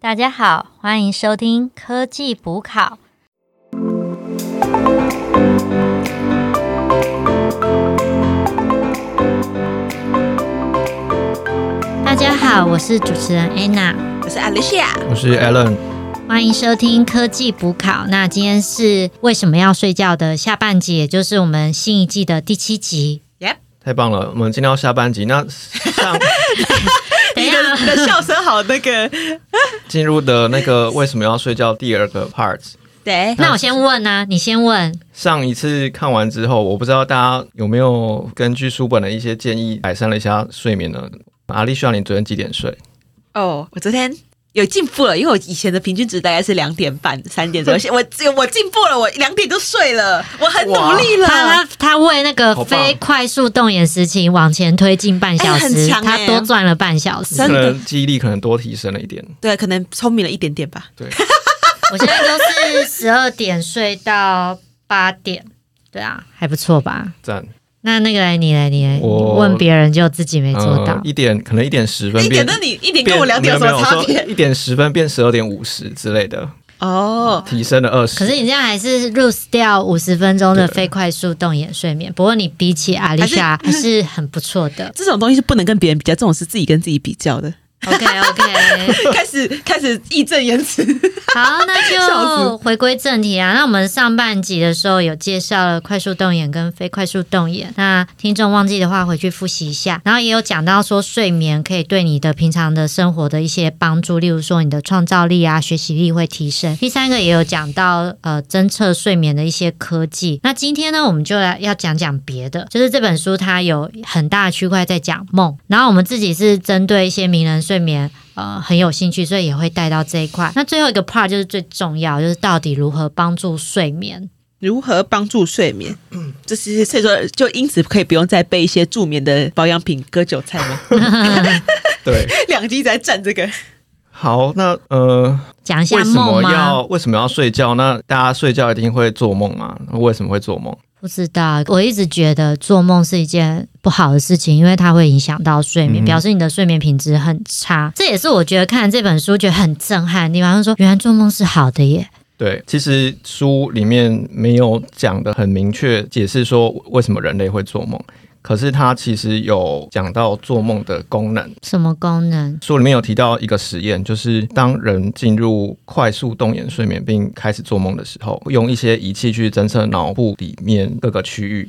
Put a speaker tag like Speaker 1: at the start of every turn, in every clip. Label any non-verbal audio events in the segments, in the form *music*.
Speaker 1: 大家好，欢迎收听科技补考。大家好，我是主持人 Anna，
Speaker 2: 我是 *laughs* Alicia。
Speaker 3: 我是 Alan，
Speaker 1: 欢迎收听科技补考。那今天是为什么要睡觉的下半集，也就是我们新一季的第七集。
Speaker 3: 太棒了！我们今天要下班集，那 *laughs* 上
Speaker 1: 等一
Speaker 2: 你
Speaker 1: 下
Speaker 2: 的你的笑声好那个，
Speaker 3: 进入的那个为什么要睡觉第二个 part。
Speaker 2: *laughs* 对，
Speaker 1: 那我先问啊，你先问。
Speaker 3: 上一次看完之后，我不知道大家有没有根据书本的一些建议改善了一下睡眠呢？阿丽需要你昨天几点睡？
Speaker 2: 哦，我昨天有进步了，因为我以前的平均值大概是两点半、三点左右，现 *laughs* 我我进步了，我两点就睡了，我很努力了。
Speaker 1: 他他他为那个
Speaker 3: 好棒
Speaker 1: 非快速动眼时期往前推进半小
Speaker 2: 哎很
Speaker 1: 时，
Speaker 2: 强
Speaker 1: 他
Speaker 2: 哎
Speaker 1: 多赚了半小
Speaker 2: *laughs*
Speaker 1: 时。
Speaker 2: 真
Speaker 3: 可
Speaker 2: 的
Speaker 3: 能记忆力可能多提升了一点。
Speaker 2: 对，可能聪明了一点点吧。
Speaker 1: *laughs*
Speaker 3: 对，
Speaker 1: 我现在都是十二点睡到八点，对啊，还不错吧？
Speaker 3: 赞。
Speaker 1: 那那个嘞你嘞你嘞，你
Speaker 3: 我
Speaker 1: 问别人就自己没做到
Speaker 3: 嗯，一点可能一点十分
Speaker 2: 一
Speaker 3: 变
Speaker 2: 点，那你一点
Speaker 3: 变
Speaker 2: 跟我两点有什么差
Speaker 3: 没有没有
Speaker 2: 别
Speaker 3: 说？一点十分变十二点五十之类的，
Speaker 2: 哦，
Speaker 3: 提升了二十。
Speaker 1: 可是你这样还是 lose 掉五十分钟的
Speaker 3: 对
Speaker 1: 非快速动眼睡眠。不过你比起阿丽莎还是很不错
Speaker 2: *laughs*
Speaker 1: 的。
Speaker 2: 这种东西是不能跟别人比较，这种是自己跟自己比较的。
Speaker 1: OK
Speaker 2: *laughs*
Speaker 1: OK，
Speaker 2: 开始开始义正言辞，
Speaker 1: *laughs* 好，那
Speaker 2: 笑
Speaker 1: 就回归正题啊。那我们上半集的时候有介绍了快速动眼跟非快速动眼，那听众忘记的话回去复习一下。然后也有讲到说睡眠可以对你的平常的生活的一些帮助，例如说你的创造力啊、学习力会提升。第三个也有讲到呃侦测睡眠的一些科技。那今天呢，我们就来要讲讲别的，就是这本书它有很大的区块在讲梦，然后我们自己是针对一些名人睡眠呃很有兴趣，所以也会带到这一块。那最后一个 part 就是最重要，就是到底如何帮助睡眠。
Speaker 2: *laughs* 如何帮助睡眠？就是所以说，就因此可以不用再备一些助眠的保养品割韭菜吗？
Speaker 3: 对，
Speaker 2: *laughs* 两集在站这个，
Speaker 3: 好，那呃，
Speaker 1: 讲一下
Speaker 3: 为什么
Speaker 1: 梦吗？
Speaker 3: 要为什么要睡觉？那大家睡觉一定会做梦嘛？为什么会做梦？
Speaker 1: 不知道，我一直觉得做梦是一件不好的事情，因为它会影响到睡眠，
Speaker 3: 嗯
Speaker 1: 表示你的睡眠品质很差。这也是我觉得看这本书觉得很震撼的地方，就是说原来做梦是好的耶。
Speaker 3: 对，其实书里面没有讲的很明确解释说为什么人类会做梦，可是它其实有讲到做梦的功能。
Speaker 1: 什么功能？
Speaker 3: 书里面有提到一个实验，就是当人进入快速动眼睡眠并开始做梦的时候，用一些仪器去侦测脑部里面各个区域。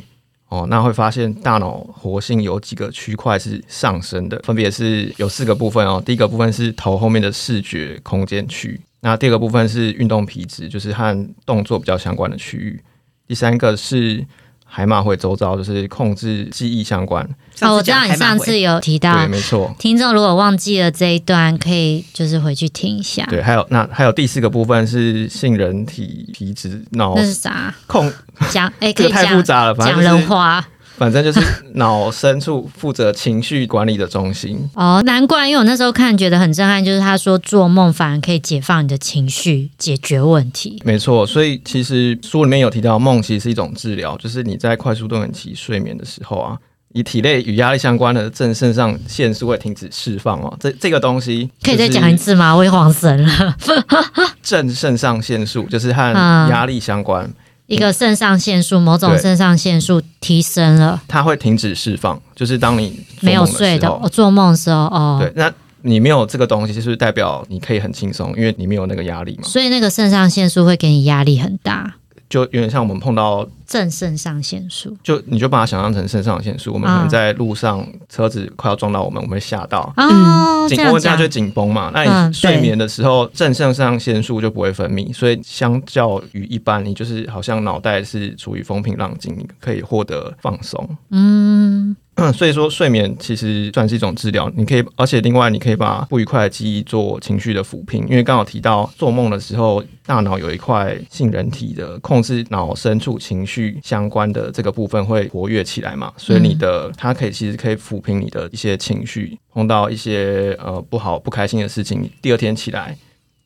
Speaker 3: 哦，那会发现大脑活性有几个区块是上升的，分别是有四个部分哦。第一个部分是头后面的视觉空间区，那第二个部分是运动皮质，就是和动作比较相关的区域。第三个是海马回周遭，就是控制记忆相关。
Speaker 1: 哦，我知道你上次有提
Speaker 3: 对，
Speaker 1: 到，
Speaker 3: 没错。
Speaker 1: 听众如果忘记了这一段，可以就是回去听一下。
Speaker 3: 对，还有那还有第四个部分是杏仁体皮质脑
Speaker 1: 那是
Speaker 3: *laughs*
Speaker 1: 啥？
Speaker 3: 控，
Speaker 1: 讲哎、可
Speaker 3: 这个
Speaker 1: 以
Speaker 3: 太复
Speaker 1: 讲
Speaker 3: 杂了，反
Speaker 1: 讲
Speaker 3: 正就
Speaker 1: 人
Speaker 3: 是
Speaker 1: 话
Speaker 3: 反正就是 *laughs* 脑深处负责情绪管理的中心。
Speaker 1: 哦，难怪，因为我那时候看觉得很震撼，就是他说做梦反而可以解放你的情绪，解决问题。
Speaker 3: 没错，所以其实书里面有提到，梦其实是一种治疗，就是你在快速动眼期睡眠的时候啊，你体内与压力相关的正肾上腺素会停止释放哦。这这个东西
Speaker 1: 可以再讲一
Speaker 3: 就是
Speaker 1: 次吗？我也晃神了。
Speaker 3: 正肾上腺素，就是和
Speaker 1: 嗯
Speaker 3: 压力相关，
Speaker 1: 一个肾上腺素，某种
Speaker 3: 对
Speaker 1: 肾上腺素提升了，
Speaker 3: 它会停止释放，就是当你做
Speaker 1: 没有
Speaker 3: 梦的
Speaker 1: 睡
Speaker 3: 时
Speaker 1: 的，
Speaker 3: 候
Speaker 1: 我、做梦的时候哦
Speaker 3: 对，，那你没有这个东西，就是代表你可以很轻松，因为你没有那个压力嘛。
Speaker 1: 所以那个肾上腺素会给你压力很大，
Speaker 3: 就有点像我们碰到，
Speaker 1: 正肾上腺素
Speaker 3: 就你就把它想象成肾上腺素。我们
Speaker 1: 啊
Speaker 3: 可能在路上，车子快要撞到我们，我们会吓到，
Speaker 1: 哦，
Speaker 3: 紧
Speaker 1: 这
Speaker 3: 我
Speaker 1: 样
Speaker 3: 们这
Speaker 1: 讲
Speaker 3: 样就紧绷嘛。那
Speaker 1: 嗯
Speaker 3: 你睡眠的时候，正肾上腺素就不会分泌，所以相较于一般，你就是好像脑袋是处于风平浪静，你可以获得放松。
Speaker 1: 嗯，
Speaker 3: 所以说，睡眠其实算是一种治疗。你可以，而且另外你可以把不愉快的记忆做情绪的抚平，因为刚好提到做梦的时候，大脑有一块杏仁体的控制脑深处情绪相关的这个部分会活跃起来嘛，所以
Speaker 1: 嗯
Speaker 3: 你的、它可以其实可以抚平你的一些情绪，碰到一些呃不好不开心的事情，第二天起来。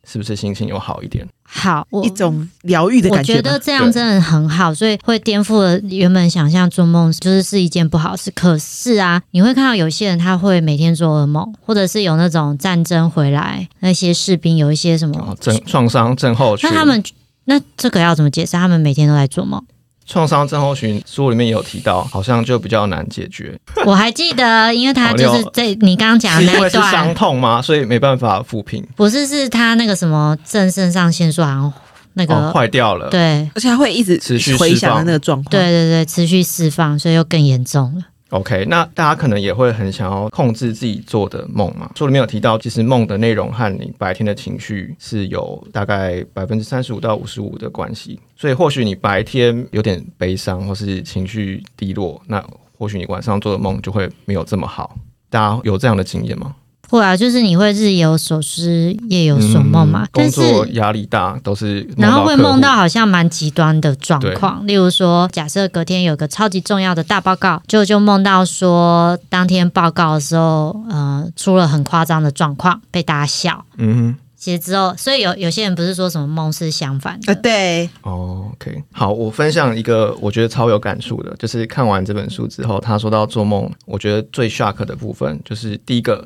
Speaker 3: 是不是心情有好一点？
Speaker 1: 好，我
Speaker 4: 一种疗愈的
Speaker 1: 我
Speaker 4: 感
Speaker 1: 觉
Speaker 4: 觉
Speaker 1: 得
Speaker 4: 吧。
Speaker 1: 这样真的很好，所以会颠覆了原本想象做梦就是是一件不好事。可是啊，你会看到有些人他会每天做噩梦，或者是有那种战争回来那些士兵有一些什么，
Speaker 3: 然
Speaker 4: 哦
Speaker 3: 后啊症创伤症候群，
Speaker 1: 那他们那这个要怎么解释？他们每天都在做梦。
Speaker 3: 创伤症候群书里面也有提到，好像就比较难解决，
Speaker 1: 我还记得，因为他就是
Speaker 3: 好
Speaker 1: 这你刚刚讲
Speaker 3: 是
Speaker 1: 的
Speaker 3: 因
Speaker 1: 那
Speaker 3: 为
Speaker 1: 一
Speaker 3: 是伤
Speaker 4: *laughs*
Speaker 1: 段，
Speaker 3: 痛吗？所以没办法抚平，
Speaker 1: 不是是他那个什么正肾上腺素好像那个、
Speaker 3: 哦，坏掉了。
Speaker 1: 对
Speaker 4: 而且它会一直
Speaker 3: 持续释
Speaker 4: 回想到
Speaker 3: 放
Speaker 4: 那个状况。
Speaker 1: 对，对对，持续释放，所以又更严重了。
Speaker 3: OK，那大家可能也会很想要控制自己做的梦嘛。书里面有提到，其实梦的内容和你白天的情绪是有大概百分之三十五到五十五的关系，所以或许你白天有点悲伤或是情绪低落，那或许你晚上做的梦就会没有这么好。大家有这样的经验吗？
Speaker 1: 会啊，就是你会日有所思，夜有所梦嘛。
Speaker 3: 嗯工
Speaker 1: 但是
Speaker 3: 作压力大都是梦到
Speaker 1: 然后会
Speaker 3: 客户
Speaker 1: 梦到好像蛮极端的状况，例如说，假设隔天有个超级重要的大报告，就就梦到说当天报告的时候，呃，出了很夸张的状况，被大家笑。
Speaker 3: 嗯哼。
Speaker 1: 其实之后，所以有有些人不是说什么梦是相反
Speaker 4: 啊，
Speaker 3: 呃
Speaker 1: 的，
Speaker 4: 对，
Speaker 3: 哦，OK，好，我分享一个我觉得超有感触的，就是看完这本书之后，他说到做梦，我觉得最 shock 的部分就是第一个，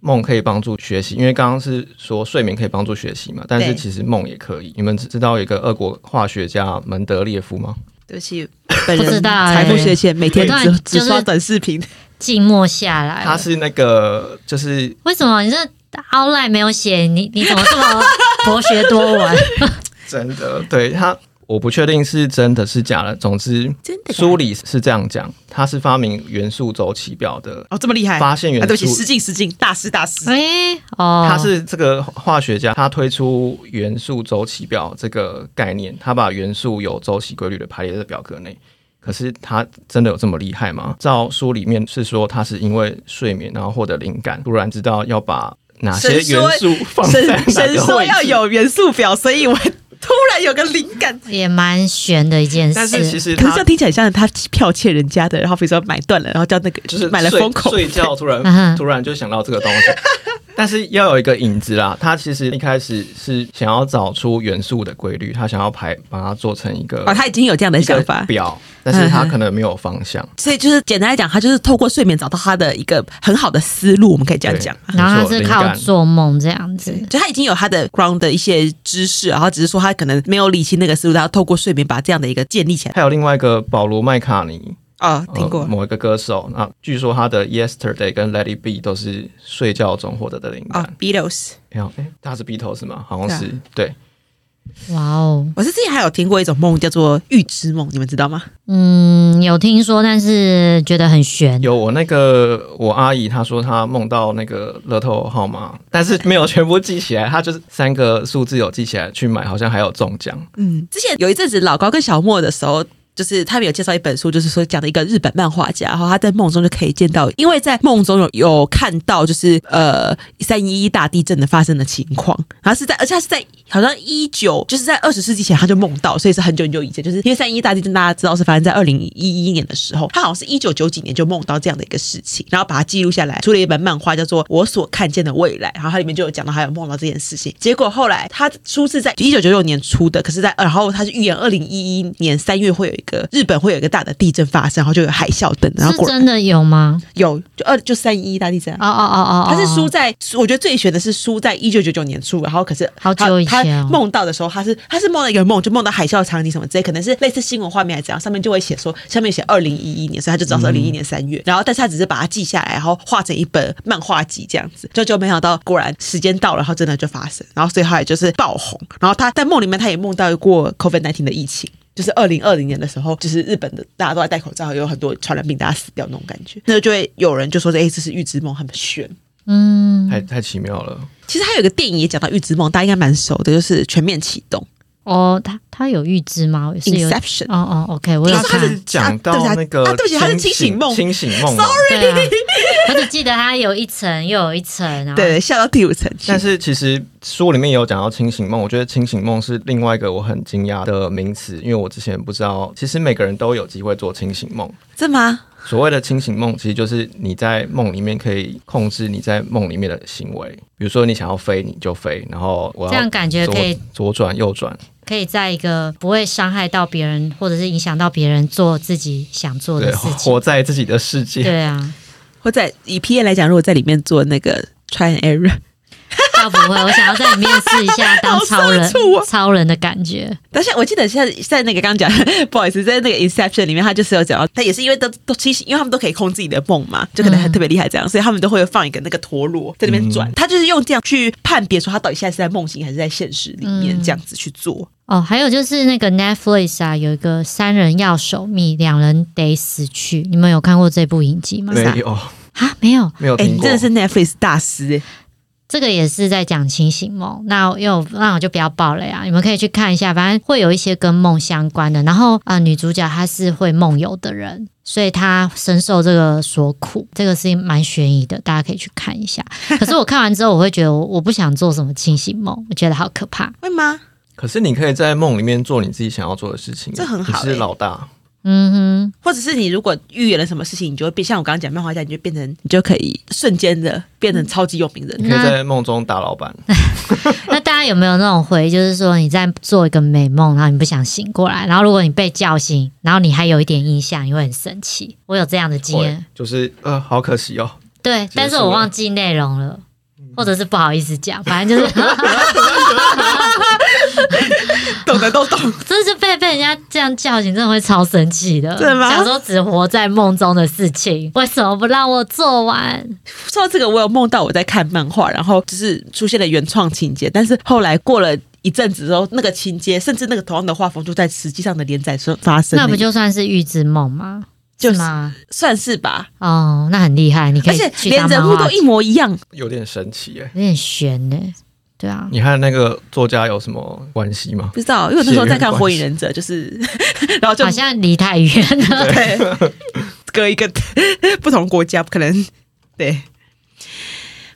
Speaker 3: 梦可以帮助学习，因为刚刚是说睡眠可以帮助学习嘛，但是
Speaker 4: 对
Speaker 3: 其实梦也可以。你们知道有一个俄国化学家门德列夫吗？
Speaker 2: 对不起，
Speaker 4: 本
Speaker 1: 不知
Speaker 4: 人
Speaker 1: 道
Speaker 4: 财富
Speaker 1: 欸
Speaker 4: 学姐每天
Speaker 1: 我当然
Speaker 4: 只
Speaker 1: 就
Speaker 4: 只
Speaker 1: 是
Speaker 4: 刷短视频，
Speaker 1: 静默下来
Speaker 3: 他
Speaker 1: 了。
Speaker 3: 是那个就是
Speaker 1: 为什么你这 outline 没有写？你你怎么这么博学多
Speaker 3: *laughs*
Speaker 1: 闻？
Speaker 3: 真的，对他，我不确定是真的是假的，总之。
Speaker 4: 真的假的
Speaker 3: 书里是这样讲，他是发明元素周期表的
Speaker 4: 哦这么厉害
Speaker 3: 发现元
Speaker 4: 啊！
Speaker 3: 素，
Speaker 4: 对不起，失敬失敬，大师大师。
Speaker 1: 哎、哦，
Speaker 3: 他是这个化学家，他推出元素周期表这个概念，他把元素有周期规律的排列在表格内。可是他真的有这么厉害吗？照书里面是说，他是因为睡眠然后获得灵感，突然知道要把哪些
Speaker 4: 神说
Speaker 3: 元素放在
Speaker 4: 神
Speaker 3: 哪
Speaker 4: 神
Speaker 3: 个
Speaker 4: 说
Speaker 3: 位
Speaker 4: 要
Speaker 3: 置。
Speaker 4: 有元素表，所以我突然有个灵感。
Speaker 1: 也蛮悬的一件
Speaker 3: *laughs* 但是其
Speaker 1: 事。
Speaker 3: 实
Speaker 4: 可是这
Speaker 3: 他
Speaker 4: 样听起来像他剽窃人家的，然后比如说买断了，然后叫那个
Speaker 3: 就是
Speaker 4: 买了
Speaker 3: 睡
Speaker 4: 封口
Speaker 3: 睡觉突
Speaker 4: *laughs*
Speaker 1: 嗯哼
Speaker 3: 然突然就想到这个东西， *laughs* 但是要有一个影子啦。他其实一开始是想要找出元素的规律，他想要排把它做成一个
Speaker 4: 哦，他已经有这样的
Speaker 3: 一个
Speaker 4: 想法，嗯
Speaker 3: 表，但是他可能没有方向。
Speaker 4: 所以就是简单来讲，他就是透过睡眠找到他的一个很好的思路，我们可以这样讲。啊
Speaker 3: 对
Speaker 1: 然后他
Speaker 3: 没错
Speaker 1: 是
Speaker 3: 灵
Speaker 1: 靠
Speaker 3: 感
Speaker 1: 做梦这样子，
Speaker 4: 就他已经有他的 ground 的一些知识，然后只是说他可能没有理清那个思路，他要透过睡眠把这样的一个建立起来。
Speaker 3: 还有另外一个保罗麦卡尼，
Speaker 4: 哦，
Speaker 3: 呃
Speaker 4: 听过，
Speaker 3: 某一个歌手，那据说他的 Yesterday 跟 Let It Be 都是睡觉中获得的灵
Speaker 4: 哦啊
Speaker 3: 感。
Speaker 4: ，Beatles。
Speaker 3: 然后，哎，他是 Beatles 吗？好像是，对，
Speaker 1: 哇哦。
Speaker 4: 我是之前还有听过一种梦叫做预知梦，你们知道吗？
Speaker 1: 嗯，有听说，但是觉得很悬。
Speaker 3: 有我那个我阿姨，她说她梦到那个乐透号码，但是没有全部记起来，她就是三个数字有记起来去买，好像还有中奖。
Speaker 4: 嗯，之前有一阵子老高跟小莫的时候。就是他们有介绍一本书，就是说讲的一个日本漫画家，然后他在梦中就可以见到，因为在梦中有有看到就是呃三一一大地震的发生的情况，然后是在而且他是在好像一九就是在二十世纪前他就梦到，所以是很久很久以前，就是因为三一一大地震大家知道是发生在二零一一年的时候，他好像是一九九几年就梦到这样的一个事情，然后把它记录下来，出了一本漫画叫做《我所看见的未来》，然后它里面就有讲到他有梦到这件事情，结果后来他书是在一九九九年出的，可是在然后他是预言二零一一年三月会有一个日本会有一个大的地震发生，然后就有海啸等，然后
Speaker 1: 是
Speaker 4: 果然
Speaker 1: 真的有吗？
Speaker 4: 有就二就三一一大地震啊
Speaker 1: 哦哦哦哦，哦
Speaker 4: 他是输，在，我觉得最悬的是输在一九九九年初，然后可是
Speaker 1: 好久
Speaker 4: 他
Speaker 1: 以前哦
Speaker 4: 他梦到的时候，他是他是梦到一个梦，就梦到海啸场景什么之类，可能是类似新闻画面还是怎样，上面就会写说，上面写二零一一年，所以他就哦知道是二零一一年三月，然后但是他只是把它记下来，然后画成一本漫画集这样子，就就没想到果然时间到了，然后真的就发生，然后所以后来就是爆红，然后他在梦里面他也梦到过 COVID 1 9的疫情。就是二零二零年的时候，就是日本的大家都在戴口罩，有很多传染病，大家死掉那种感觉，那就会有人就说：“哎、这是预知梦，很悬。”
Speaker 1: 嗯，
Speaker 3: 太太奇妙了。
Speaker 4: 其实还有一个电影也讲到预知梦，大家应该蛮熟的，就是《全面启动
Speaker 1: 哦，他他有预知吗？》是有。
Speaker 4: （Inception）
Speaker 3: *laughs*
Speaker 1: 哦。哦，OK，我有
Speaker 4: 他
Speaker 1: 看
Speaker 4: 是，
Speaker 3: 讲
Speaker 4: 啊对
Speaker 3: 到
Speaker 4: 不起
Speaker 3: 那个
Speaker 4: 啊对不起他是清醒梦
Speaker 3: 清醒梦嘛
Speaker 4: Sorry
Speaker 1: 对啊，我只记得他有一层又有一层，然后
Speaker 4: *laughs* 对，下到第五层去
Speaker 3: 但。是其实书里面也有讲到清醒梦，我觉得清醒梦是另外一个我很惊讶的名词，因为我之前不知道，其实每个人都有机会做清醒梦，
Speaker 4: 真吗？
Speaker 3: 所谓的清醒梦，其实就是你在梦里面可以控制你在梦里面的行为，比如说你想要飞你就飞，然后我要
Speaker 1: 这样感觉
Speaker 3: 左
Speaker 1: 可以
Speaker 3: 左转右转，
Speaker 1: 可以在一个不会伤害到别人或者是影响到别人做自己想做
Speaker 3: 对，
Speaker 1: 的事情。
Speaker 3: 活在自己的世界。
Speaker 1: 对啊，
Speaker 4: 或在以 P A 来讲，如果在里面做那个 try and error， *laughs*
Speaker 1: 倒不会，我想要在里面试一下当超人、
Speaker 3: 啊
Speaker 1: 超人的感觉。
Speaker 4: 但是我记得现在在那个刚刚讲， *laughs* 不好意思，在那个 Inception 里面，他就是有讲到，他也是因为都都其实因为他们都可以控制自己的梦
Speaker 3: 嗯
Speaker 4: 嘛，就可能很特别厉害这样，所以他们都会放一个那个陀螺在那边转，他就是用这样去判别说他到底现在是在梦境还是在现实里面，
Speaker 3: 嗯
Speaker 4: 这样子去做。
Speaker 1: 哦，还有就是那个 Netflix 啊，有一个三人要守密，两人得死去。你们有看过这部影集吗？
Speaker 3: *laughs* 没有
Speaker 1: 啊，没有。
Speaker 3: 没有
Speaker 4: 哎、
Speaker 3: 听
Speaker 4: 你
Speaker 3: 过
Speaker 4: 真的，是 Netflix 大师、欸，
Speaker 1: 这个也是在讲清醒梦，那因为我那我就不要爆了呀，你们可以去看一下，反正会有一些跟梦相关的。然后啊、呃女主角她是会梦游的人，所以她深受这个所苦，这个是蛮悬疑的，大家可以去看一下。可是我看完之后，我会觉得我我不想做什么清醒梦，我觉得好可怕。
Speaker 4: 会吗？
Speaker 3: 可是你可以在梦里面做你自己想要做的事情，
Speaker 4: 这很好
Speaker 3: 你是
Speaker 4: 欸
Speaker 3: 老大。
Speaker 1: 嗯
Speaker 4: 或者是你如果预言了什么事情，你就会变像我刚刚讲漫画家，你就变成你就可以瞬间的变成超级有名人。
Speaker 1: *laughs*
Speaker 3: 你可以在梦中打老板，
Speaker 1: 哼， *laughs* 那大家有没有那种回忆，就是说你在做一个美梦，然后你不想醒过来，然后如果你被叫醒，然后你还有一点印象，你会很生气。我有这样的经验
Speaker 3: 会，就是呃，好可惜哦。
Speaker 1: 对，但是
Speaker 3: 束
Speaker 1: 我
Speaker 3: 了
Speaker 1: 忘记内容了，或者是不好意思讲，反正就是 *laughs*
Speaker 4: 懂的都懂，
Speaker 1: 真是被被人家这样叫醒，真的会超生气的。
Speaker 4: 对吗
Speaker 1: 想说只活在梦中的事情，为什么不让我做完？
Speaker 4: 说到这个，我有梦到我在看漫画，然后就是出现了原创情节，但是后来过了一阵子之后，那个情节甚至那个同样的画风就在实际上的连载中发生了，
Speaker 1: 那不就算是预知梦吗？
Speaker 4: 就是
Speaker 1: 是吗？
Speaker 4: 算是吧？
Speaker 1: 哦，那很厉害，你可
Speaker 4: 而
Speaker 1: 以
Speaker 4: 且
Speaker 1: 去
Speaker 4: 连
Speaker 1: 当
Speaker 4: 人
Speaker 1: 漫
Speaker 4: 物
Speaker 1: 画
Speaker 4: 都
Speaker 1: 家，
Speaker 4: 一模一样，
Speaker 3: 有点神奇哎。
Speaker 1: 有点悬呢、对啊，
Speaker 3: 你和那个作家有什么关系吗？
Speaker 4: 不知道，因为我那时候在看
Speaker 3: 血
Speaker 4: 《
Speaker 3: 缘关系
Speaker 4: 火影忍者》，就是 *laughs* 然后就
Speaker 1: 好像离太远了。
Speaker 4: *laughs* 对，隔一个 *laughs* 不同国家，可能对。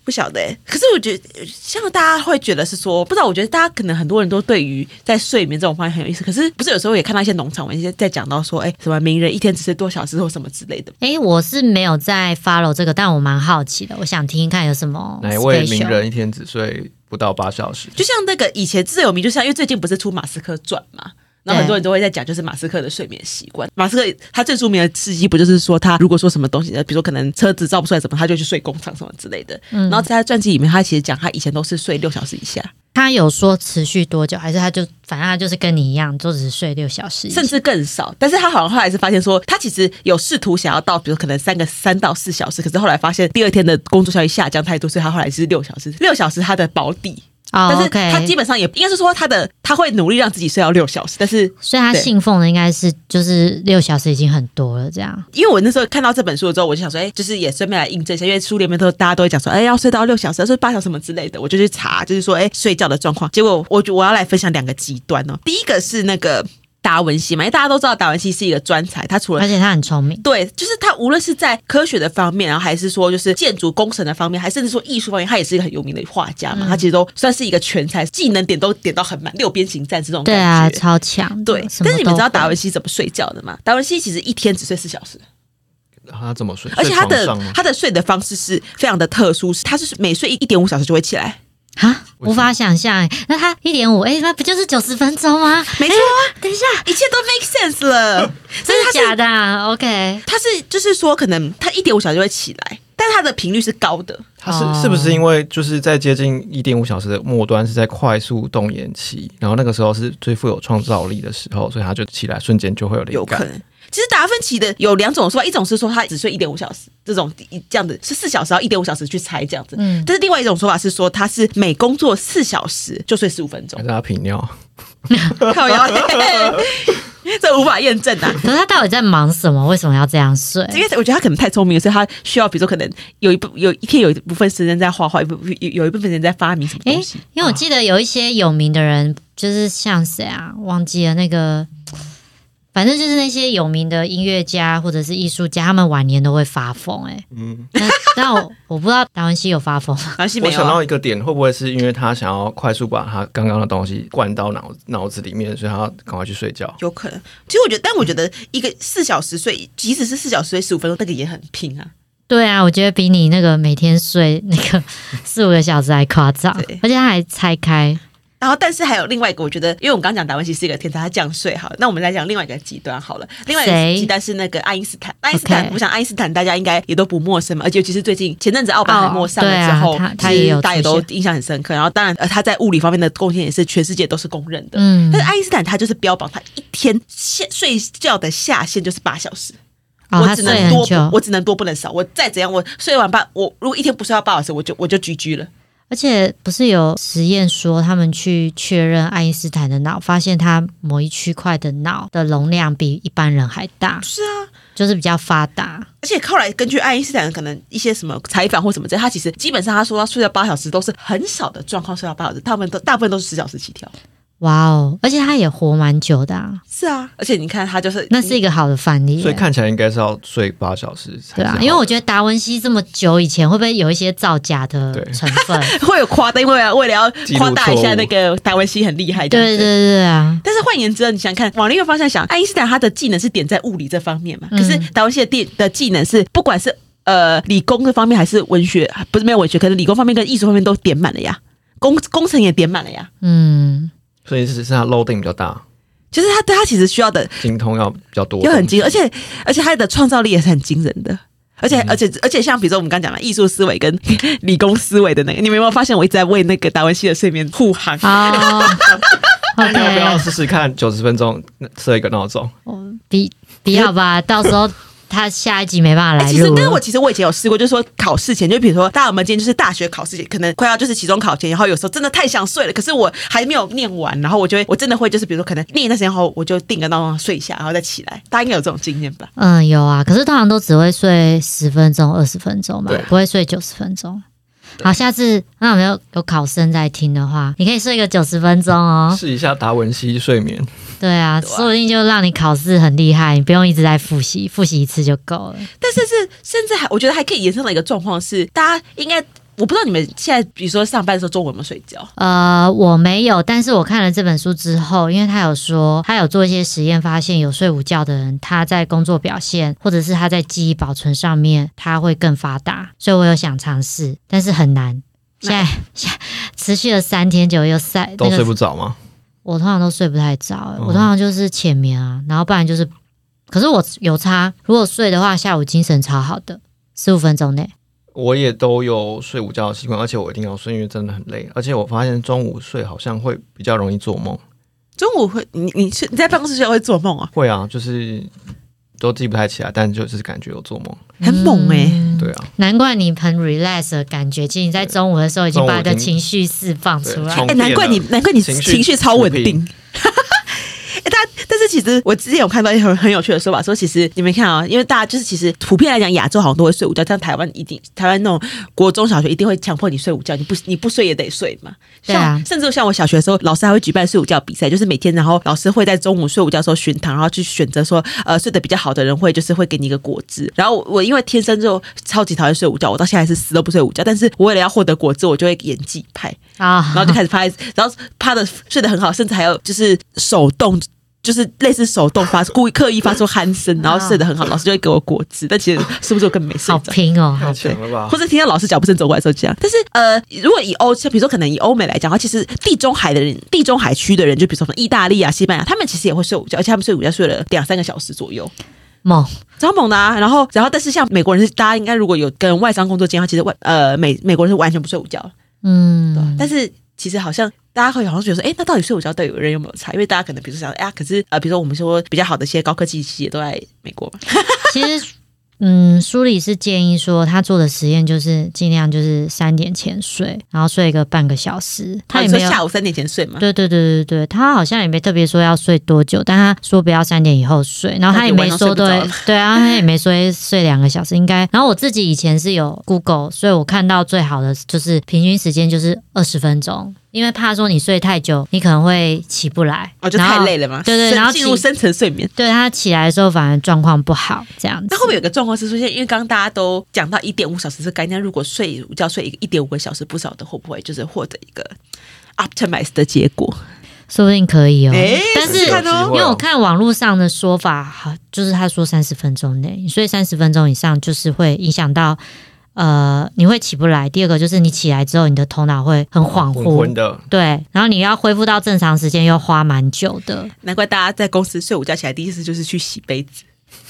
Speaker 4: 不晓得欸、可是我觉得，像大家会觉得是说，不知道。我觉得大家可能很多人都对于在睡眠这种方面很有意思，可是不是有时候也看到一些农场文些在讲到说，哎、什么名人一天只睡多小时或什么之类的。
Speaker 1: 诶，我是没有在 follow 这个，但我蛮好奇的，我想听听看有什么
Speaker 3: 哪一位名
Speaker 1: special
Speaker 3: 人一天只睡不到八小时？
Speaker 4: 就像那个以前最有名，就像因为最近不是出《马斯克传》嘛，然后很多人都会在讲，就是马斯克的睡眠习惯。马斯克他最著名的事迹不就是说他如果说什么东西，呃比如说可能车子造不出来什么，他就去睡工厂什么之类的。
Speaker 1: 嗯
Speaker 4: 然后在他传记里面，他其实讲他以前都是睡六小时以下，
Speaker 1: 他有说持续多久，还是他就反正他就是跟你一样，就只睡六小时以上，
Speaker 4: 甚至更少。但是他好像后来是发现说，他其实有试图想要到，比如可能三个三到四小时，可是后来发现第二天的工作效率下降太多，所以他后来是六小时。六小时他的保底。
Speaker 1: 哦
Speaker 4: 但是
Speaker 1: OK
Speaker 4: 他基本上也应该是说他的他会努力让自己睡到六小时，但是
Speaker 1: 所以他
Speaker 4: 对
Speaker 1: 信奉的应该是就是六小时已经很多了，这样
Speaker 4: 因为我那时候看到这本书之后，我就想说，哎、就是也顺便来印证一下，因为书里面都大家都会讲说，哎、要睡到六小时，要睡八小时什么之类的，我就去查，就是说，哎、睡觉的状况。结果我我要来分享两个极端哦，第一个是那个达文西嘛，因为大家都知道达文西是一个专才，他除了
Speaker 1: 而且他很聪明，
Speaker 4: 对，就是他无论是在科学的方面，然后还是说就是建筑工程的方面，还甚至说艺术方面，他也是一个很有名的画家
Speaker 1: 嗯
Speaker 4: 嘛。他其实都算是一个全才，技能点都点到很满，六边形战士这种
Speaker 1: 对
Speaker 4: 感觉。
Speaker 1: 啊，超强的，
Speaker 4: 对
Speaker 1: 什么
Speaker 4: 但是你们
Speaker 1: 都
Speaker 4: 知道达
Speaker 1: 会
Speaker 4: 文西怎么睡觉的吗？达文西其实一天只睡四小时，
Speaker 3: 他怎么睡？
Speaker 4: 而且他
Speaker 3: 睡
Speaker 4: 的
Speaker 3: 床上吗
Speaker 4: 他的睡的方式是非常的特殊，是他是每睡一一点五小时就会起来。
Speaker 1: 啊，
Speaker 3: 为什么
Speaker 1: 无法想象、欸。那他一点五，哎，那不就是九十分钟吗？
Speaker 4: 没
Speaker 1: 欸
Speaker 4: 错啊，
Speaker 1: 等一下，
Speaker 4: 一切都 make sense 了。所以
Speaker 1: *laughs* 真的
Speaker 4: 他是
Speaker 1: 假的啊？OK，
Speaker 4: 他是就是说，可能他一点五小时就会起来，但他的频率是高的。
Speaker 3: 他是、
Speaker 1: 哦
Speaker 3: 是不是因为就是在接近一点五小时的末端是在快速动眼期，然后那个时候是最富有创造力的时候，所以他就起来瞬间就会有
Speaker 4: 有
Speaker 3: 灵
Speaker 4: 可
Speaker 3: 感。
Speaker 4: 能。其实达芬奇的有两种说法，一种是说他只睡一点五小时，这种一这样子是四小时到一点五小时去猜这样子。
Speaker 1: 嗯
Speaker 4: 但是另外一种说法是说他是每工作四小时就睡十五分钟
Speaker 3: *laughs* 还，是他频尿？
Speaker 4: 靠腰，
Speaker 3: *laughs*
Speaker 4: 这无法验证啊。
Speaker 1: 可是他到底在忙什么？为什么要这样睡？
Speaker 4: 因为我觉得他可能太聪明了，所以他需要，比如说，可能有一部有一天有一部分时间在画画，一部有有一部分时间在发明什么
Speaker 1: 诶
Speaker 4: 东西。
Speaker 1: 因为我啊记得有一些有名的人，就是像谁啊，忘记了那个，反正就是那些有名的音乐家或者是艺术家，他们晚年都会发疯、欸。哎，
Speaker 3: 嗯，
Speaker 1: 那那我我不知道达文西有发疯吗？ *laughs*
Speaker 4: 还是
Speaker 3: 我
Speaker 4: 没有
Speaker 3: 想
Speaker 4: 啊、
Speaker 3: 到一个点，会不会是因为他想要快速把他刚刚的东西灌到脑脑子里面，所以他要赶快去睡觉？
Speaker 4: 有可能。其实我觉得，但我觉得一个四小时睡，即使是四小时睡十五分钟，那个也很拼啊。
Speaker 1: 对啊，我觉得比你那个每天睡那
Speaker 4: *laughs*
Speaker 1: 个四五个小时还夸张
Speaker 4: 对，
Speaker 1: 而且他还拆开。
Speaker 4: 然后，但是还有另外一个，我觉得，因为我们刚刚讲达文西是一个天才，他这样睡好了。那我们来讲另外一个极端好了，另外一
Speaker 1: 谁
Speaker 4: 个极端是那个爱因斯坦。爱因斯坦
Speaker 1: OK，
Speaker 4: 我想爱因斯坦大家应该也都不陌生嘛，而且尤其是最近前阵子奥本海默上
Speaker 1: 哦对
Speaker 4: 了
Speaker 1: 啊
Speaker 4: 之后，
Speaker 1: 他他
Speaker 4: 其实
Speaker 1: 也有
Speaker 4: 大家也
Speaker 1: 出
Speaker 4: 都
Speaker 1: 现
Speaker 4: 印象很深刻。然后，当然，呃，他在物理方面的贡献也是全世界都是公认的。
Speaker 1: 嗯
Speaker 4: 但，是爱因斯坦他就是标榜他一天下睡觉的下限就是八小时，
Speaker 1: 哦，
Speaker 4: 我
Speaker 1: 他
Speaker 4: 只
Speaker 1: 睡
Speaker 4: 能
Speaker 1: 很
Speaker 4: 多
Speaker 1: 久
Speaker 4: 不，，我只能多不能少。我再怎样，我睡完八，我如果一天不睡到八小时，我就我就 GG 了。
Speaker 1: 而且不是有实验说，他们去确认爱因斯坦的脑，发现他某一区块的脑的容量比一般人还大，
Speaker 4: 是啊，
Speaker 1: 就是比较发达。
Speaker 4: 而且后来根据爱因斯坦可能一些什么采访或什么之类，他其实基本上他说他睡到八小时都是很少的状况，睡到八小时，大部分都大部分都是十小时起跳。
Speaker 1: 哇哦！而且他也活蛮久的、啊，
Speaker 4: 是啊，而且你看他就是
Speaker 1: 那是一个好的范例耶。
Speaker 3: 所以
Speaker 4: 啊
Speaker 3: 看起来应该是要睡八小时才
Speaker 1: 对
Speaker 3: 是好
Speaker 1: 啊
Speaker 3: 的。，
Speaker 1: 因为我觉得达文西这么久以前，会不会有一些造假的
Speaker 3: 对
Speaker 1: 成分？
Speaker 4: 会有夸大，因为要为了要
Speaker 3: 记录
Speaker 4: 夸大一
Speaker 3: 错
Speaker 4: 下
Speaker 3: 误
Speaker 4: 那个达文西很厉害这样
Speaker 1: *laughs* 对
Speaker 4: 子，
Speaker 1: 对对啊，
Speaker 4: 但是换言之，你想看往另一个方向想，爱因斯坦他的技能是点在物理这方面嘛？
Speaker 1: 嗯
Speaker 4: 可是达文西的地的技能是不管是呃理工这方面还是文学，不是没有文学，可能理工方面跟艺术方面都点满了呀，工工程也点满了呀。
Speaker 1: 嗯，
Speaker 3: 所以只是他 loading 比较大，
Speaker 4: 就是他对他其实需要的
Speaker 3: 精通要比较多，
Speaker 4: 要很惊，而且而且他的创造力也是很惊人的。而且，而且，而且，像比如说我们刚讲的艺术思维跟 *laughs* 理工思维的那个，你们有没有发现我一直在为那个达文西的睡眠护航？
Speaker 3: *laughs*
Speaker 1: 好
Speaker 3: 要不要
Speaker 1: ，OK，
Speaker 3: 试试看九十分钟设一个闹钟？
Speaker 1: 比比要吧，到时候他下一集没办法
Speaker 4: 哎
Speaker 1: 来
Speaker 4: 其实
Speaker 1: 录，
Speaker 4: 但是我其实我以前有试过，就是说考试前，就比如说大家有没有今天就是大学考试前，可能快要就是期中考前，然后有时候真的太想睡了，可是我还没有念完，然后我就会我真的会就是比如说可能念一段时间后，我就定个闹钟睡一下，然后再起来。大家应该有这种经验吧？
Speaker 1: 嗯，有啊，可是通常都只会睡十分钟、二十分钟嘛
Speaker 3: 对啊，
Speaker 1: 不会睡九十分钟。好，下次那有没有有考生在听的话，你可以睡个九十分钟哦。
Speaker 3: 试一下达文西睡眠，
Speaker 4: *laughs*
Speaker 1: 对啊，说不定就让你考试很厉害，你不用一直在复习，复习一次就够了。
Speaker 4: 但是是甚至还我觉得还可以延伸到一个状况是，大家应该我不知道你们现在比如说上班的时候中午有没有睡觉？
Speaker 1: 呃，我没有，但是我看了这本书之后，因为他有说他有做一些实验，发现有睡午觉的人，他在工作表现或者是他在记忆保存上面，他会更发达，所以我有想尝试，但是很难。现在 *laughs* 现在持续了三天就又晒，
Speaker 3: 都
Speaker 1: 那
Speaker 3: 睡
Speaker 1: 个
Speaker 3: 不着吗？
Speaker 1: 我通常都睡不太着、欸
Speaker 3: 哦
Speaker 1: 我通常就是浅眠啊，然后不然就是，可是我有差，如果睡的话，下午精神超好的，十五分钟内。
Speaker 3: 我也都有睡午觉的习惯，而且我一定要睡，因为真的很累。而且我发现中午睡好像会比较容易做梦。
Speaker 4: 中午会你你睡你在办公室睡觉会做梦啊？
Speaker 3: 会啊，就是都记不太起来，但就是感觉有做梦。
Speaker 4: 很猛哎、
Speaker 3: 对啊，
Speaker 1: 嗯难怪你很 relax 的感觉，其实你在中午的时候已经把你的情绪释放出
Speaker 3: 对
Speaker 1: 来。
Speaker 3: 充
Speaker 4: 哎、难怪你
Speaker 3: 电了啊
Speaker 4: 难怪你
Speaker 3: 情绪
Speaker 4: 情绪超稳
Speaker 3: 抚平
Speaker 4: 定。 *laughs* 哎，大家，但是其实我之前有看到一个很很有趣的说法，说其实你们看啊、因为大家就是其实普遍来讲，亚洲好像都会睡午觉，像台湾一定，台湾那种国中小学一定会强迫你睡午觉，你不你不睡也得睡嘛。
Speaker 1: 对啊
Speaker 4: 像甚至像我小学的时候，老师还会举办睡午觉比赛，就是每天，然后老师会在中午睡午觉的时候巡堂，然后去选择说，呃，睡得比较好的人会就是会给你一个果汁。然后我我因为天生就超级讨厌睡午觉，我到现在是死都不睡午觉，但是我为了要获得果汁，我就会演技派。
Speaker 1: 啊
Speaker 4: 然后就开始趴在，然后趴的睡得很好，甚至还有就是手动，就是类似手动发，故意刻意发出鼾声，然后睡得很好，老师就会给我果汁，但其实是不是我根本没睡
Speaker 1: 好
Speaker 4: 着？
Speaker 1: 拼哦，
Speaker 3: 太
Speaker 1: 好
Speaker 3: 强了吧
Speaker 4: 或？者听到老师脚步声走过来的时候这样，但是呃，如果以欧，像比如说可能以欧美来讲的话，其实地中海的人、地中海区的人，就比如说什么意大利啊、西班牙，他们其实也会睡午觉，而且他们睡午觉睡了两三个小时左右。
Speaker 1: 猛，
Speaker 4: 超猛的啊！然后，然后，但是像美国人是，大家应该如果有跟外商工作经验的话，其实外呃美美国人是完全不睡午觉的，
Speaker 1: 嗯，
Speaker 4: 啊但是其实好像大家会好像觉得说，哎、那到底睡午觉对有人有没有差？因为大家可能比如说想，哎、呀，可是呃，比如说我们说比较好的一些高科技企业都在美国嘛，
Speaker 1: 其实。嗯，书里是建议说，他做的实验就是尽量就是三点前睡，然后睡个半个小时。他
Speaker 4: 哦你
Speaker 1: 也
Speaker 4: 说
Speaker 1: 没有，
Speaker 4: 下午三点前睡嘛，
Speaker 1: 对对对对对，他好像也没特别说要睡多久，但他说不要三点以后睡，然后他也没说
Speaker 4: 那就
Speaker 1: 对
Speaker 4: 晚上睡不着了
Speaker 1: 对啊，他也没说睡两个小时应该。然后我自己以前是有 Google，所以我看到最好的就是平均时间就是二十分钟。因为怕说你睡太久，你可能会起不来，
Speaker 4: 哦，就
Speaker 1: 然后
Speaker 4: 太累了嘛，
Speaker 1: 对对，
Speaker 4: 深
Speaker 1: 然后
Speaker 4: 进入
Speaker 1: 起
Speaker 4: 深层睡眠。
Speaker 1: 对他起来的时候反而状况不好，这样子。
Speaker 4: 那会不会有个状况是出现？因为刚刚大家都讲到一点五小时是概念，如果睡午觉睡一一点五个小时不少的，会不会就是获得一个 optimize 的结果？
Speaker 1: 说不定可以哦。
Speaker 4: 诶
Speaker 1: 但
Speaker 3: 试
Speaker 1: 是
Speaker 3: 试看哦
Speaker 1: 因为我看网络上的说法，好，就是他说三十分钟内，你睡三十分钟以上，就是会影响到呃，你会起不来。第二个就是你起来之后，你的头脑会很恍
Speaker 3: 混
Speaker 1: 惚
Speaker 3: 混。的，
Speaker 1: 对，然后你要恢复到正常时间又花蛮久的，
Speaker 4: 难怪大家在公司睡午觉起来第一件事就是去洗杯子。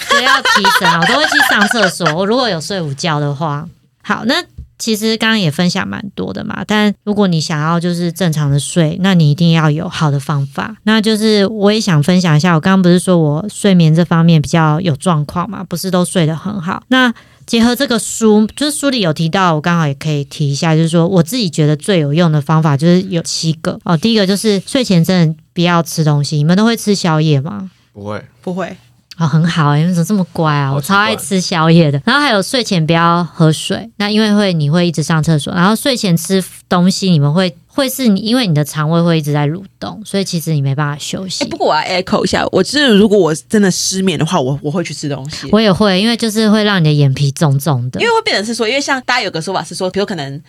Speaker 1: 所以要提神啊，我都会去上厕所。 *laughs* 我如果有睡午觉的话，好，那其实刚刚也分享蛮多的嘛。但如果你想要就是正常的睡，那你一定要有好的方法。那就是我也想分享一下，我刚刚不是说我睡眠这方面比较有状况嘛，不是都睡得很好。那结合这个书，就是书里有提到，我刚好也可以提一下，就是说我自己觉得最有用的方法就是有七个哦。第一个就是睡前真的不要吃东西，你们都会吃宵夜吗？
Speaker 3: 不会
Speaker 4: 不会，
Speaker 1: 哦，很好哎、你们怎么这么乖啊？
Speaker 3: 好
Speaker 1: 我
Speaker 3: 奇
Speaker 1: 超爱
Speaker 3: 怪
Speaker 1: 吃宵夜的。然后还有睡前不要喝水，那因为会你会一直上厕所，然后睡前吃东西，你们会会是你因为你的肠胃会一直在蠕动，所以其实你没办法休息。
Speaker 4: 哎、不过我要 echo 一下，我就是如果我真的失眠的话，我我会去吃东西。
Speaker 1: 我也会，因为就是会让你的眼皮重重的
Speaker 4: 因。为会变成是说，因为像大家有个说法是说，比如可能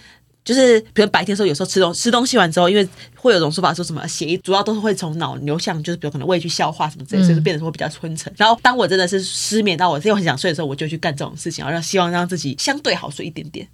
Speaker 4: 就是，比如白天的时候有时候吃东吃东西完之后，因为会有种说法说什么血液主要都是会从脑流向，就是比如可能胃去消化什么之类，
Speaker 1: 嗯
Speaker 4: 所以就变得说比较昏沉。然后当我真的是失眠到我又很想睡的时候，我就去干这种事情，然后让希望让自己相对好睡一点点。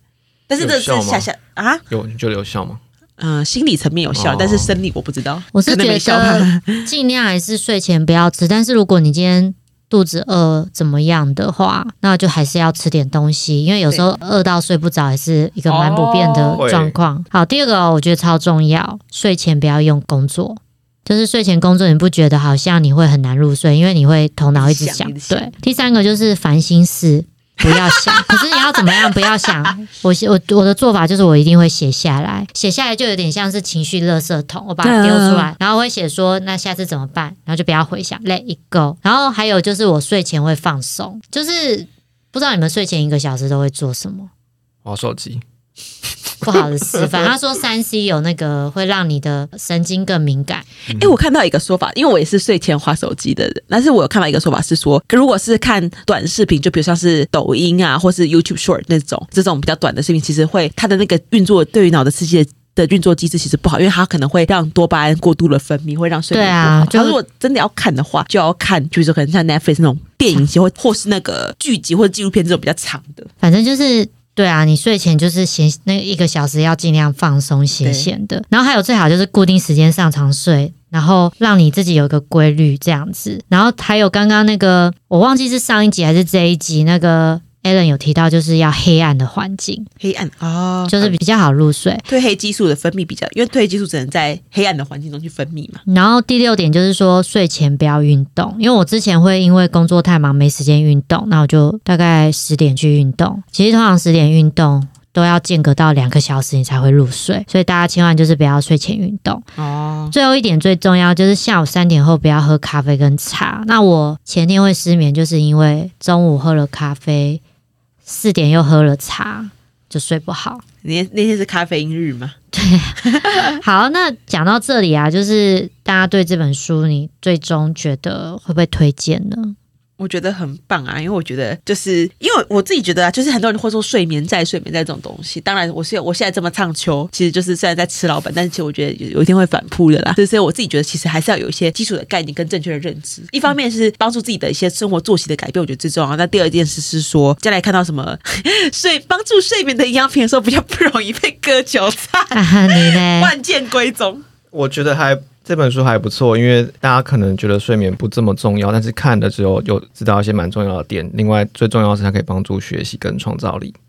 Speaker 4: 但是这
Speaker 3: 有效
Speaker 4: 是
Speaker 3: 吗
Speaker 4: 下下啊，
Speaker 3: 有你觉得有效吗？
Speaker 4: 嗯、心理层面有效，
Speaker 3: 哦
Speaker 4: 但是生理我不知道，
Speaker 1: 我是
Speaker 4: 可能没
Speaker 1: 觉
Speaker 4: 效吧
Speaker 1: *laughs* 得尽量还是睡前不要吃，但是如果你今天肚子饿怎么样的话，那就还是要吃点东西，因为有时候饿到睡不着也是一个蛮普遍的状况。好，第二个哦、我觉得超重要，睡前不要用工作。就是睡前工作，你不觉得好像你会很难入睡，因为你会头脑一直想。
Speaker 4: 一直想
Speaker 1: 对，第三个就是烦心事，不要
Speaker 4: *laughs*
Speaker 1: 想。可是你要怎么样？不要想。我写我我的做法就是我一定会写下来，写下来就有点像是情绪垃圾桶，我把它丢出来，然后会写说那下次怎么办，然后就不要回想，let it go。然后还有就是我睡前会放松，就是不知道你们睡前一个小时都会做什么。
Speaker 3: 滑手机，
Speaker 1: 不好的示范，他说三 C 有那个会让你的神经更敏感，
Speaker 4: 哎、我看到一个说法，因为我也是睡前划手机的人，但是我有看到一个说法是说，如果是看短视频，就比如像是抖音啊，或是 YouTube Short 那种这种比较短的视频，其实会它的那个运作对于脑的刺激的。的运作机制其实不好，因为它可能会让多巴胺过度的分泌，会让睡眠
Speaker 1: 对
Speaker 4: 不
Speaker 1: 啊
Speaker 4: 好。
Speaker 1: 就是
Speaker 4: 它如果真的要看的话，就要看，比如说可能像 Netflix 那种电影集，或或是那个剧集或者纪录片这种比较长的。
Speaker 1: 反正就是。对啊，你睡前就是闲那一个小时要尽量放松闲闲的，然后还有最好就是固定时间上床睡，然后让你自己有一个规律这样子。然后还有刚刚那个我忘记是上一集还是这一集，那个 Alan 有提到就是要黑暗的环境，
Speaker 4: 黑暗啊，
Speaker 1: 就是比较好入睡。
Speaker 4: 褪黑激素的分泌比较，因为褪黑激素只能在黑暗的环境中去分泌嘛。
Speaker 1: 然后第六点就是说，睡前不要运动，因为我之前会因为工作太忙没时间运动，那我就大概十点去运动。其实通常十点运动都要间隔到两个小时你才会入睡，所以大家千万就是不要睡前运动。
Speaker 4: 哦，
Speaker 1: 最后一点最重要就是下午三点后不要喝咖啡跟茶。那我前天会失眠，就是因为中午喝了咖啡，四点又喝了茶，就睡不好。
Speaker 4: 那天那天是咖啡因日吗？ *laughs*
Speaker 1: 好，那讲到这里啊，就是大家对这本书，你最终觉得会不会推荐
Speaker 4: *laughs*
Speaker 1: 呢？
Speaker 4: 我觉得很棒啊，因为我觉得就是因为我自己觉得啊，就是很多人会说睡眠债、睡眠债这种东西。当然，我是我现在这么唱秋，其实就是虽然在吃老本，但是其实我觉得有有一天会反扑的啦。所以，所以我自己觉得其实还是要有一些基础的概念跟正确的认知。一方面是帮助自己的一些生活作息的改变，我觉得最重要。那第二件事是说，将来看到什么 *laughs* 睡帮助睡眠的营养品的时候，比较不容易被割韭菜，
Speaker 1: 啊哈，你嘞？
Speaker 4: 万箭归宗。
Speaker 3: 我觉得还这本书还不错，因为大家可能觉得睡眠不这么重要，但是看了之后有知道一些蛮重要的点。另外，最重要的是它可以帮助学习跟创造力。
Speaker 1: *laughs*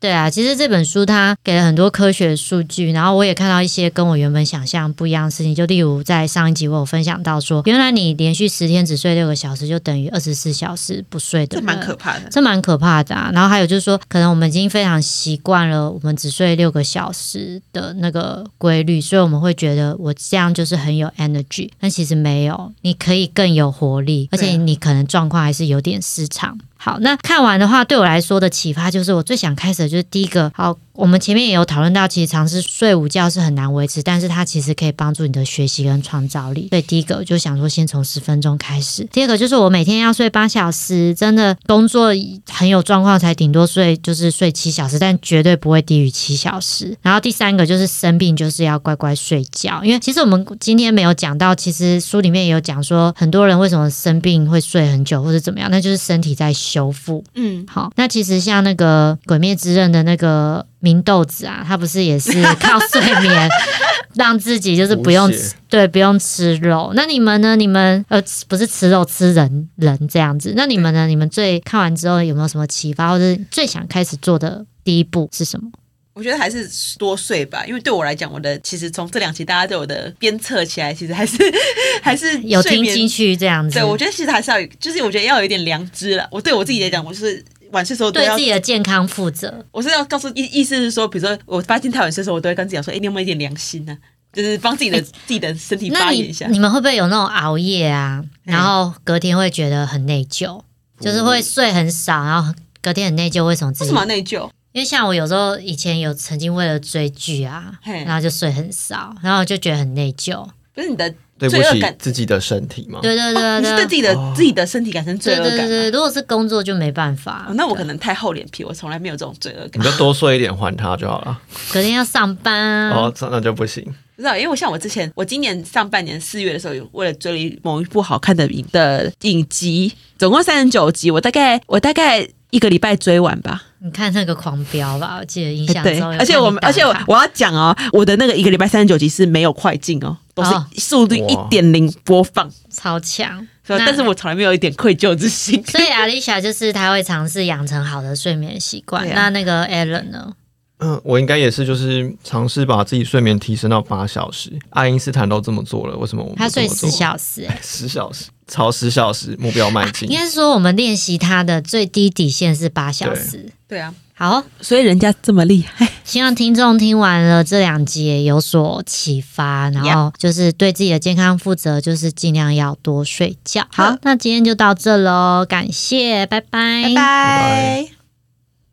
Speaker 1: 对啊，其实这本书它给了很多科学数据，然后我也看到一些跟我原本想象不一样的事情。就例如在上一集我有分享到说，原来你连续十天只睡六个小时，就等于二十四小时不睡的
Speaker 4: 这
Speaker 1: 人，
Speaker 4: 蛮可怕的。
Speaker 1: 这蛮可怕的、啊。然后还有就是说，可能我们已经非常习惯了我们只睡六个小时的那个规律，所以我们会觉得我这样就是很有 energy，但其实没有，你可以更有活力，啊而且
Speaker 4: 对啊
Speaker 1: 你可能状况还是有点失常。好，那看完的话，对我来说的启发就是，我最想开始的就是第一个，好，我们前面也有讨论到，其实尝试睡午觉是很难维持，但是它其实可以帮助你的学习跟创造力。所以第一个我就想说，先从十分钟开始。第二个就是我每天要睡八小时，真的工作很有状况才顶多睡就是睡七小时，但绝对不会低于七小时。然后第三个就是生病就是要乖乖睡觉，因为其实我们今天没有讲到，其实书里面也有讲说，很多人为什么生病会睡很久或者怎么样，那就是身体在修复。
Speaker 4: 嗯，
Speaker 1: 好，那其实像那个《鬼灭之刃》的那个明豆子啊，他不是也是靠睡眠 *laughs* 让自己就是不用
Speaker 3: 补血
Speaker 1: 吃对不用吃肉？那你们呢？你们呃吃不是吃肉吃人人这样子？那你们呢？你们最看完之后有没有什么启发，或者最想开始做的第一步是什么？
Speaker 4: 我觉得还是多睡吧，因为对我来讲，我的其实从这两期大家对我的鞭策起来，其实还是 *laughs* 还是
Speaker 1: *laughs* 有
Speaker 4: 睡
Speaker 1: 听
Speaker 4: 眠
Speaker 1: 进去这样子？
Speaker 4: 对，我觉得其实还是要有，就是我觉得要有一点良知了。我对我自己来讲，我就是晚睡的时候都
Speaker 1: 对
Speaker 4: 要
Speaker 1: 自，己的健康负责。
Speaker 4: 我是要告诉意意思是说，比如说我发现太晚睡的时候，我都会跟自己讲说，哎、你有没有一点良心呢、就是帮自己的、自己的身体
Speaker 1: 哎那
Speaker 4: 发言一
Speaker 1: 你
Speaker 4: 下。
Speaker 1: 你们会不会有那种熬夜啊，
Speaker 4: 嗯
Speaker 1: 然后隔天会觉得很内疚，就是会睡很少，然后隔天很内疚，为什么自
Speaker 4: 为
Speaker 1: 己
Speaker 4: 什么要内疚？
Speaker 1: 因为像我有时候以前有曾经为了追剧啊，
Speaker 4: 嘿
Speaker 1: 然后就睡很少，然后就觉得很内疚。
Speaker 4: 不是你的
Speaker 3: 对不
Speaker 4: 罪恶
Speaker 3: 起
Speaker 4: 感
Speaker 3: 自己的身体嘛。
Speaker 1: 对对
Speaker 4: 哦
Speaker 1: 对
Speaker 4: 你是对
Speaker 1: 对
Speaker 4: 自己的、自己的身体感生罪
Speaker 1: 对
Speaker 4: 恶
Speaker 1: 对
Speaker 4: 感
Speaker 1: 对
Speaker 4: 吗、
Speaker 1: 对，如果是工作就没办法。
Speaker 4: 哦那我可能太厚脸皮，我从来没有这种罪恶感
Speaker 3: 你。就多睡一点还他就好了。
Speaker 1: 隔天要上班啊
Speaker 3: 哦，，这那就不行。
Speaker 4: 不知道，因为我像我之前，我今年上半年四月的时候，有为了追某一部好看的影的影集，总共三十九集，我大概我大概一个礼拜追完吧。
Speaker 1: 你看那个狂飙吧，我记得印象
Speaker 4: 对
Speaker 1: 中有看你打卡。，
Speaker 4: 而且我们，而且我我要讲哦，我的那个一个礼拜三十九集是没有快进哦，都是
Speaker 1: 哦
Speaker 4: 速度一
Speaker 3: 哇
Speaker 4: 点零播放，
Speaker 1: 超强，
Speaker 4: 所以
Speaker 1: 那
Speaker 4: 但是我从来没有一点愧疚之心。
Speaker 1: 所以 Alicia 就是她会尝试养成好的睡眠习惯。
Speaker 4: 对啊
Speaker 1: 那那个 Alan 呢？
Speaker 3: 嗯，我应该也是，就是尝试把自己睡眠提升到八小时。爱因斯坦都这么做了，为什么我们
Speaker 1: 他睡
Speaker 3: 不这
Speaker 1: 十
Speaker 3: 么做
Speaker 1: 小时、欸，
Speaker 3: 十小时，朝十小时目标迈进
Speaker 1: 应。该是说我们练习他的最低底线是八小时。
Speaker 4: 对啊，
Speaker 1: 好，
Speaker 4: 所以人家这么厉害，
Speaker 1: 希望听众听完了这两集也有所启发，然后就是对自己的健康负责，就是尽量要多睡觉。好
Speaker 4: 好，
Speaker 1: 那今天就到这喽，感谢，拜拜，
Speaker 4: 拜拜。